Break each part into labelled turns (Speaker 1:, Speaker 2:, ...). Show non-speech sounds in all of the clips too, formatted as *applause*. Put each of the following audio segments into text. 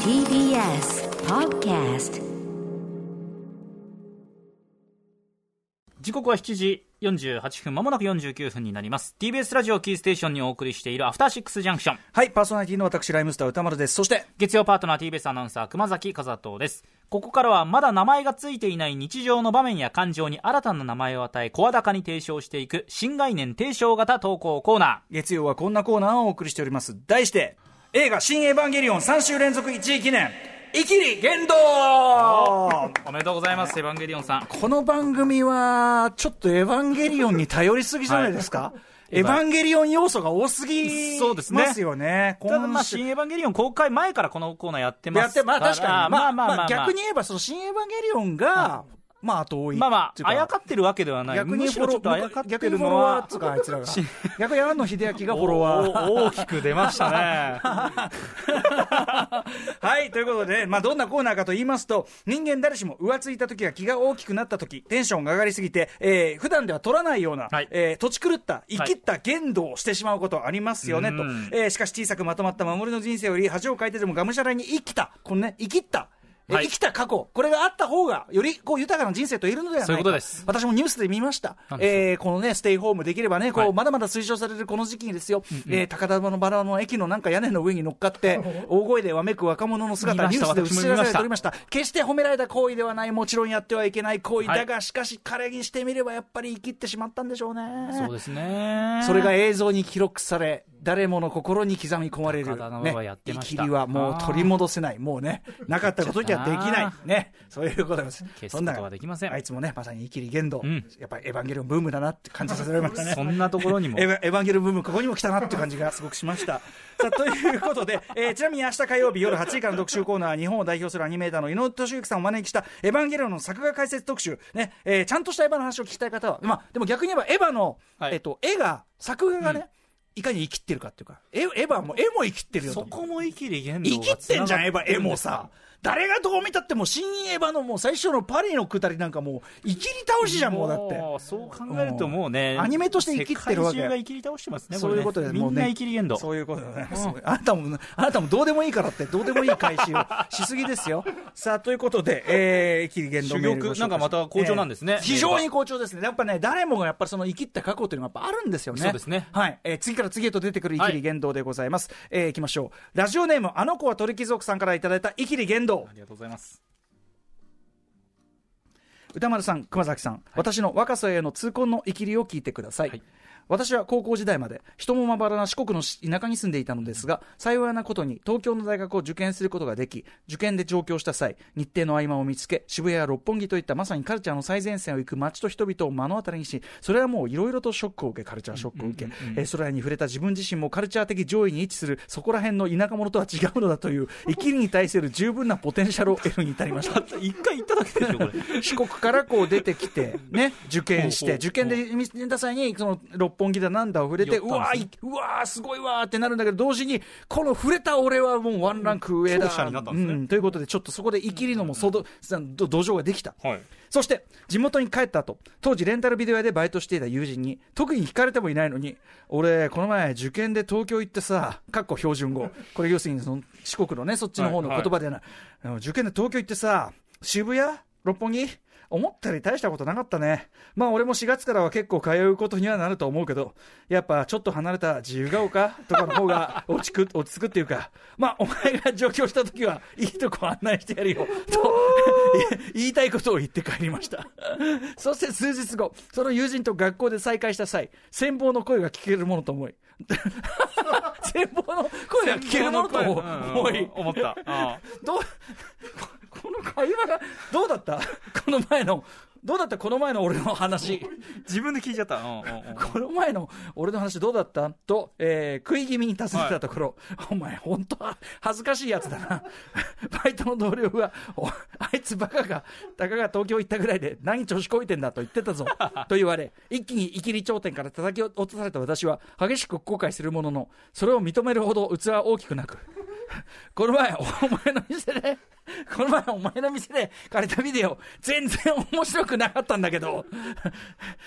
Speaker 1: TBS Podcast
Speaker 2: 時刻は7時48分まもなく49分になります TBS ラジオキーステーションにお送りしているアフターシックスジャンクション
Speaker 3: はい、パーソナリティの私、ライムスター歌丸です。そして、
Speaker 2: 月曜パートナー TBS アナウンサー熊崎和人ですここからはまだ名前がついていない日常の場面や感情に新たな名前を与え声高に提唱していく新概念提唱型投稿コーナ
Speaker 3: 月曜はこんなコーナーをお送りしております。題して、映画、新エヴァンゲリオン3週連続1位記念、イキリ言動
Speaker 2: ーおめでとうございますエヴァンゲリオンさん
Speaker 3: この番組は、ちょっとエヴァンゲリオンに頼りすぎじゃないですか、エヴァンゲリオン要素が多すぎ
Speaker 2: そうですね
Speaker 3: ますよね。
Speaker 2: ただまあ、
Speaker 3: 今週
Speaker 2: 新エヴァンゲリオン公開前からこのコーナーやって
Speaker 3: や
Speaker 2: ま
Speaker 3: っ
Speaker 2: す
Speaker 3: て、
Speaker 2: か
Speaker 3: ま
Speaker 2: ら。
Speaker 3: あ確かに、まあ
Speaker 2: ま
Speaker 3: ま
Speaker 2: あ
Speaker 3: あ
Speaker 2: まあまあ。
Speaker 3: 逆に言えば、その新エヴァンゲリオンが、まあ後追い
Speaker 2: まあま
Speaker 3: っていう
Speaker 2: あ、
Speaker 3: か
Speaker 2: あやかってるわけではない。
Speaker 3: 逆
Speaker 2: む
Speaker 3: に
Speaker 2: しろ
Speaker 3: フォロ
Speaker 2: ちょっとあやか
Speaker 3: ー、
Speaker 2: って
Speaker 3: 逆に
Speaker 2: る
Speaker 3: フォ
Speaker 2: の
Speaker 3: ロワー
Speaker 2: は *laughs*
Speaker 3: っ、つうか、あいつらが。逆に庵野秀明がフォロワー。
Speaker 2: おお大きく出ました
Speaker 3: *laughs*
Speaker 2: ね。
Speaker 3: はい、ということで、まあ、どんなコーナーかと言いますと、人間誰しも浮ついた時や気が大きくなった時、テンションが上がりすぎて、えー普段では取らないような、
Speaker 2: はい
Speaker 3: えー土地狂った、生きった言動をしてしまうことありますよね、
Speaker 2: うん
Speaker 3: と。えーしかし小さくまとまった守りの人生より、恥をかいてでもがむしゃらに生きた、このね、生きった。えー
Speaker 2: はい
Speaker 3: 生きた過去、これがあった方が、よりこう豊かな人生と言えるのではないか
Speaker 2: そういうことです
Speaker 3: 私もニュースで見ました、
Speaker 2: 何ですか
Speaker 3: えーこのね、ステイホームできればね、こう
Speaker 2: はい
Speaker 3: まだまだ推奨されるこの時期にですよ、えー高田馬のバラの駅のなんか屋根の上に乗っか
Speaker 2: *laughs*
Speaker 3: って、大声でわめく若者の姿、
Speaker 2: 見ま
Speaker 3: ニ
Speaker 2: し
Speaker 3: ュ
Speaker 2: た
Speaker 3: ースで映し出されて
Speaker 2: 私
Speaker 3: お
Speaker 2: も見
Speaker 3: り
Speaker 2: ま
Speaker 3: ました、決して褒められた行為ではない、もちろんやってはいけない行為、
Speaker 2: はい
Speaker 3: だが、しかし、彼にしてみれば、やっぱり生きってしまったんでしょうね。
Speaker 2: そうですね。
Speaker 3: それが映像に記録され、誰もの心に刻み込まれる、
Speaker 2: 高田馬場やってました
Speaker 3: 生きりはもう取り戻せない、もう
Speaker 2: *laughs*
Speaker 3: ね、なかったことにはでき
Speaker 2: や
Speaker 3: な
Speaker 2: っちゃ
Speaker 3: い、ね、そういうことです。
Speaker 2: 消す
Speaker 3: そんな
Speaker 2: ことはできません
Speaker 3: あいつもね、まさに生きり言動、
Speaker 2: ん
Speaker 3: やっぱりエヴァンゲリオンブームだなって感じさせられましたね。
Speaker 2: そんなところにも
Speaker 3: エ。ヴァエヴァンゲルブーム、ここにも来たなって感じがすごくしました。 *laughs* さあということで、えーちなみに明日火曜日夜8時からの特集コーナーは、日本を代表するアニメーターの井上俊之さんをお招きした、エヴァンゲリオンの作画解説特集、ねえーちゃんとしたエヴァの話を聞きたい方は、まあ、でも逆に言えば、エヴァの、
Speaker 2: はい
Speaker 3: えっと、絵が、作画がね、いかに生きってるかっていうか、絵エヴァも絵も生きってるよと
Speaker 2: そこも生きり言動
Speaker 3: 生
Speaker 2: が
Speaker 3: きってんじゃん、
Speaker 2: 繋
Speaker 3: エヴ
Speaker 2: が
Speaker 3: ァ
Speaker 2: っ、て
Speaker 3: 絵
Speaker 2: るで
Speaker 3: もさ。誰がどう見たっても、新エヴァのもう最初のパリのくだりなんかもう、いきり倒しじゃん、もうだって。
Speaker 2: もうそう考えるともうね、
Speaker 3: うんアニメとして生きってるわけ
Speaker 2: 世界中が生きり倒してますね、
Speaker 3: そういうことで
Speaker 2: れねみんな生きり言動。
Speaker 3: そういうことでございます。 *laughs* あなたも、あなたもどうでもいいからって、どうでもいい返しを *laughs* しすぎですよ。さあ、ということで、えー、生きる言動メールご紹介し
Speaker 2: 珠玉なんかまた好調なんですね
Speaker 3: えー非常に好調ですね。やっぱね、誰もがやっぱりその生きった過去というのがやっぱあるんですよね。
Speaker 2: そうですね
Speaker 3: はい。えー次から次へと出てくる生きり言動でございます。えー、行きましょう。ラジオネーム、あの子は鳥貴族さんからいただいた生きり言動
Speaker 2: あ。りがとうございます。
Speaker 3: 歌丸さん、熊崎さん、私の若さへの痛恨の生きりを聞いてください。
Speaker 2: はい
Speaker 3: 私は高校時代まで人もまばらな四国のし田舎に住んでいたのですが幸いなことに東京の大学を受験することができ受験で上京した際日程の合間を見つけ渋谷や六本木といったまさにカルチャーの最前線を行く街と人々を目の当たりにしそれはもういろいろとショックを受けカルチャーショックを受け、えーそれらに触れた自分自身もカルチャー的上位に位置するそこら辺の田舎者とは違うのだという生きるに対する十分なポテンシャルを得るに至りました
Speaker 2: 一回言っただけでしょ、これ。
Speaker 3: *laughs* 四国からこう出てきて、ね、受験し
Speaker 2: ほうほ
Speaker 3: て、
Speaker 2: う
Speaker 3: 受験で見た際に、その六本木だなんだを触れて、
Speaker 2: 寄っ
Speaker 3: う
Speaker 2: たん
Speaker 3: わ
Speaker 2: です
Speaker 3: ーい、うわー、すごいわーってなるんだけど、同時に、この触れた俺はもうワンランク上だ。
Speaker 2: 強者になったんですね
Speaker 3: うんということで、ちょっとそこで生きるのもそど、さど土壌ができた。
Speaker 2: *laughs* はい。
Speaker 3: そして、地元に帰った後、当時レンタルビデオ屋でバイトしていた友人に、特に惹かれてもいないのに、俺、この前受験で東京行ってさ、かっこ標準語。これ要するにその四国のね、そっちの方の
Speaker 2: はい
Speaker 3: 言葉ではない。あの受験で東京行ってさ、渋谷六本木思ったより大したことなかったね。まあ俺も4月からは結構通うことにはなると思うけど、やっぱちょっと離れた自由が丘とかの方が *laughs* 落ちく落ち着くっていうか、まあお前が上京した時はいいとこ案内してやるよ、と *laughs* 言いたいことを言って帰りました。 *laughs* そして数日後、その友人と学校で再会した際、先方の声が聞けるものと思い、 *laughs* 先方の声が聞けるものと *laughs* 思い、
Speaker 2: 思った。あ
Speaker 3: どう *laughs* この会話がどうだったこの前のどうだったこの前の俺の話
Speaker 2: ー自分で聞いちゃった。うんうんうん
Speaker 3: この前の俺の話どうだったと、えー食い気味に尋ねてたところ、お前本当は恥ずかしいやつだなバイトの同僚がおあいつバカがたかが東京行ったぐらいで何調子こいてんだと言ってたぞと言われ一気にいきり頂点から叩き落とされた私は激しく後悔するもののそれを認めるほど器は大きくなくこの前、お前の店で、
Speaker 4: この前お前の店で借りたビデオ、全然面白くなかったんだけど、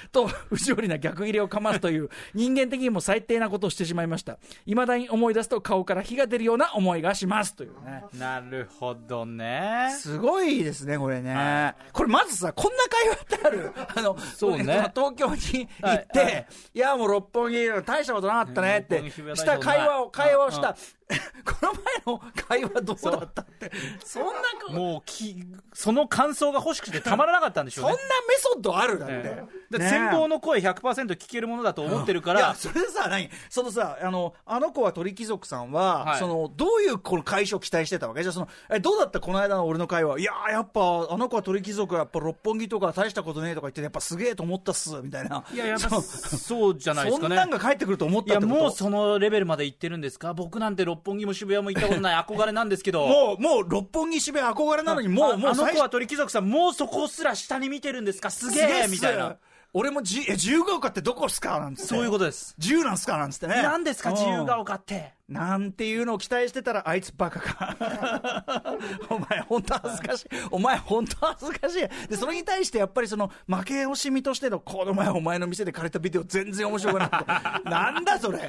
Speaker 4: と、不条理な逆入れをかますという、人間的にも最低なことをしてしまいました。未だに思い出すと顔から火が出るような思いがします。というね。
Speaker 3: *laughs*
Speaker 2: なるほどね
Speaker 3: すごいですね、これね。これまずさ、こんな会話ってある。あの、
Speaker 2: *laughs* そうね
Speaker 3: えっと東京に行っ
Speaker 2: はいは
Speaker 3: て、いや、もう六本木、大したことなかったねっ
Speaker 2: うん
Speaker 3: て、
Speaker 2: 六本木は大
Speaker 3: し
Speaker 2: した
Speaker 3: た
Speaker 2: ことない
Speaker 3: 会話を、会話をし
Speaker 2: うん
Speaker 3: た。 *laughs* この前の会話どうだったって。そんな、こ
Speaker 2: もうきその感想が欲しくてたまらなかったんでしょ
Speaker 3: そん *laughs*
Speaker 2: う
Speaker 3: な
Speaker 2: ね
Speaker 3: メソッドあるだっ
Speaker 2: ええ
Speaker 3: て。
Speaker 2: だって
Speaker 3: ねえ
Speaker 2: 先方の声100%聞けるものだと思ってるか
Speaker 3: い
Speaker 2: ら
Speaker 3: や、それさ、何そのさ、あの、あの子は鳥貴族さんは、
Speaker 2: はい
Speaker 3: その、どういうこの解消を期待してたわけじゃあ、その、え、どうだったこの間の俺の会話。いやー、やっぱ、あの子は鳥貴族は、やっぱ六本木とか大したことねえとか言って、やっぱすげえと思ったっす、みたいな。
Speaker 2: いややっぱ
Speaker 3: そう
Speaker 2: そうじゃないで
Speaker 3: そ
Speaker 2: すか
Speaker 3: ん
Speaker 2: ね
Speaker 3: なんが帰ってくると思っ
Speaker 2: い
Speaker 3: た
Speaker 2: や
Speaker 3: ってこと
Speaker 2: もうそのレベルまで行ってるんですか僕なんて六本木も渋谷も行ったことない憧れなんですけど
Speaker 3: *laughs* もう、もう六本木渋谷憧れなのに、も
Speaker 2: あ
Speaker 3: う、も
Speaker 2: あ
Speaker 3: う
Speaker 2: の
Speaker 3: 最
Speaker 2: 子
Speaker 3: 初
Speaker 2: は鳥貴族さんもうそこすら下に見てるんですかすげ
Speaker 3: すげえ
Speaker 2: え
Speaker 3: っす
Speaker 2: みたいな。
Speaker 3: 俺もじ、え、自由が丘ってどこっすかなんつって。
Speaker 2: そういうことです
Speaker 3: 自由なんすかなんつってね。
Speaker 2: 何ですか自由
Speaker 3: 丘
Speaker 2: が丘って
Speaker 3: なんていうのを期待してたら、あいつバカか。 *laughs* お前本当恥ずかしい。お前本当恥ずかしい。で、それに対してやっぱりその、負け惜しみとしての、この前お前の店で借りたビデオ全然面白くなかった。 *laughs* なんだそれ。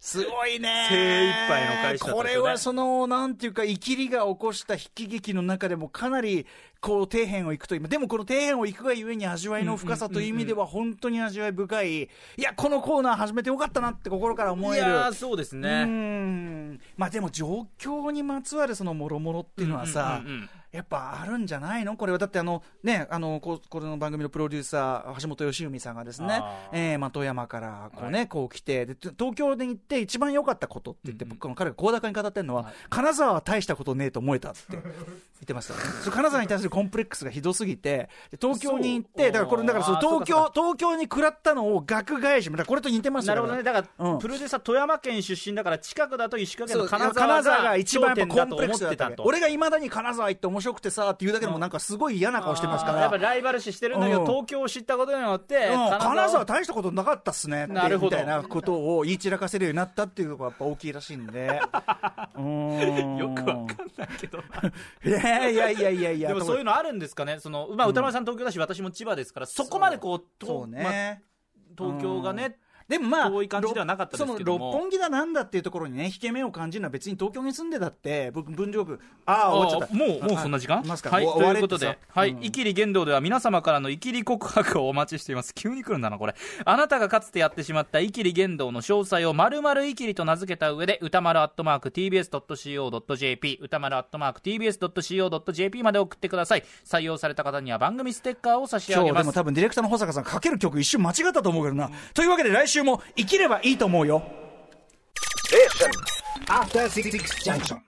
Speaker 3: すごいね。
Speaker 2: 精一杯の返しだったですよね
Speaker 3: これはその、なんていうか、イキリが起こした筆記劇の中でもかなり、こう、底辺を行くという、でもこの底辺を行くがゆえに味わいの深さという意味では本当に味わい深い、いや、このコーナー始めてよかったなって心から思
Speaker 2: い
Speaker 3: える。
Speaker 2: やーそうですね
Speaker 3: うーんまあでも状況にまつわるその諸々っていうのはさ、
Speaker 2: うんうんうんうん
Speaker 3: やっぱあるんじゃないのこれはだってあのねあのここれの番組のプロデューサー橋本良文さんがですね
Speaker 2: あ、ー
Speaker 3: えーまあ、富山からこうね、こう来てで東京で行って一番良かったことって言って、僕の彼が声高に語ってるのは、金沢は大したことねえと思えたって言ってました、それ金沢に対するコンプレックスがひどすぎてで東京に行っ
Speaker 2: そう
Speaker 3: てだからこれだからその
Speaker 2: あーそう
Speaker 3: 東
Speaker 2: かそう
Speaker 3: 京東京に食らったのを額返しだからこれと似てますよ
Speaker 2: なるほどねだから、
Speaker 3: うん
Speaker 2: プロデューサー富山県出身だから近くだと石川県
Speaker 3: そ
Speaker 2: の
Speaker 3: う
Speaker 2: 金
Speaker 3: いや
Speaker 2: 沢が
Speaker 3: 一番やっぱコンプレッ
Speaker 2: 頂
Speaker 3: ク
Speaker 2: 点
Speaker 3: ス
Speaker 2: だ
Speaker 3: だっ
Speaker 2: と思って
Speaker 3: たわけ
Speaker 2: たと
Speaker 3: 俺がいまだに金沢行って面白くてさって言うだけでもなんかすごい嫌な顔してますか
Speaker 2: あーやっぱ
Speaker 3: ら。
Speaker 2: ライバル視してるんだけど、
Speaker 3: うん
Speaker 2: 東京を知ったことによって、
Speaker 3: うん
Speaker 2: 金沢
Speaker 3: 金沢大したことなかったっすねって
Speaker 2: なるほ
Speaker 3: み
Speaker 2: ど
Speaker 3: たいなことを言い散らかせるようになったっていうのがやっぱ大きいらしいん
Speaker 2: *laughs*
Speaker 3: でよ
Speaker 2: よくわかんないけど
Speaker 3: いやいやいやいやいや
Speaker 2: でもそういうのあるんですかねその、まあ、歌丸さん東京だし、私も千葉ですからそこまでこうと
Speaker 3: そうね、
Speaker 2: まあ東京がね、
Speaker 3: でもまあ、
Speaker 2: 遠い感じではなかったですけども
Speaker 3: その六本木だなんだっていうところにね、引け目を感じるのは別に東京に住んでだって、僕、文章部、ああ、終わっちゃった。
Speaker 2: あもう、もうそんな時間
Speaker 3: あいますか
Speaker 2: はい、
Speaker 3: 終
Speaker 2: と
Speaker 3: わ
Speaker 2: い
Speaker 3: れ
Speaker 2: う
Speaker 3: っ
Speaker 2: こ
Speaker 3: て
Speaker 2: と
Speaker 3: さ
Speaker 2: で、は
Speaker 3: う
Speaker 2: い
Speaker 3: ん、
Speaker 2: イキリ言動では皆様からのイキリ告白をお待ちしています。急に来るんだな、これ。あなたがかつてやってしまったイキリ言動の詳細を〇〇イキリと名付けた上で、歌丸アットマーク tbs.co.jp、歌丸アットマーク tbs.co.jp まで送ってください。採用された方には番組ステッカーを差し上
Speaker 3: 今
Speaker 2: げ
Speaker 3: 日で
Speaker 2: ま
Speaker 3: も
Speaker 2: す。
Speaker 3: 多分ディレクターの保坂さんかける曲一瞬間違ったと思うけどな。というわけで来週も生きればいいと思うよ。
Speaker 5: After Six Junction.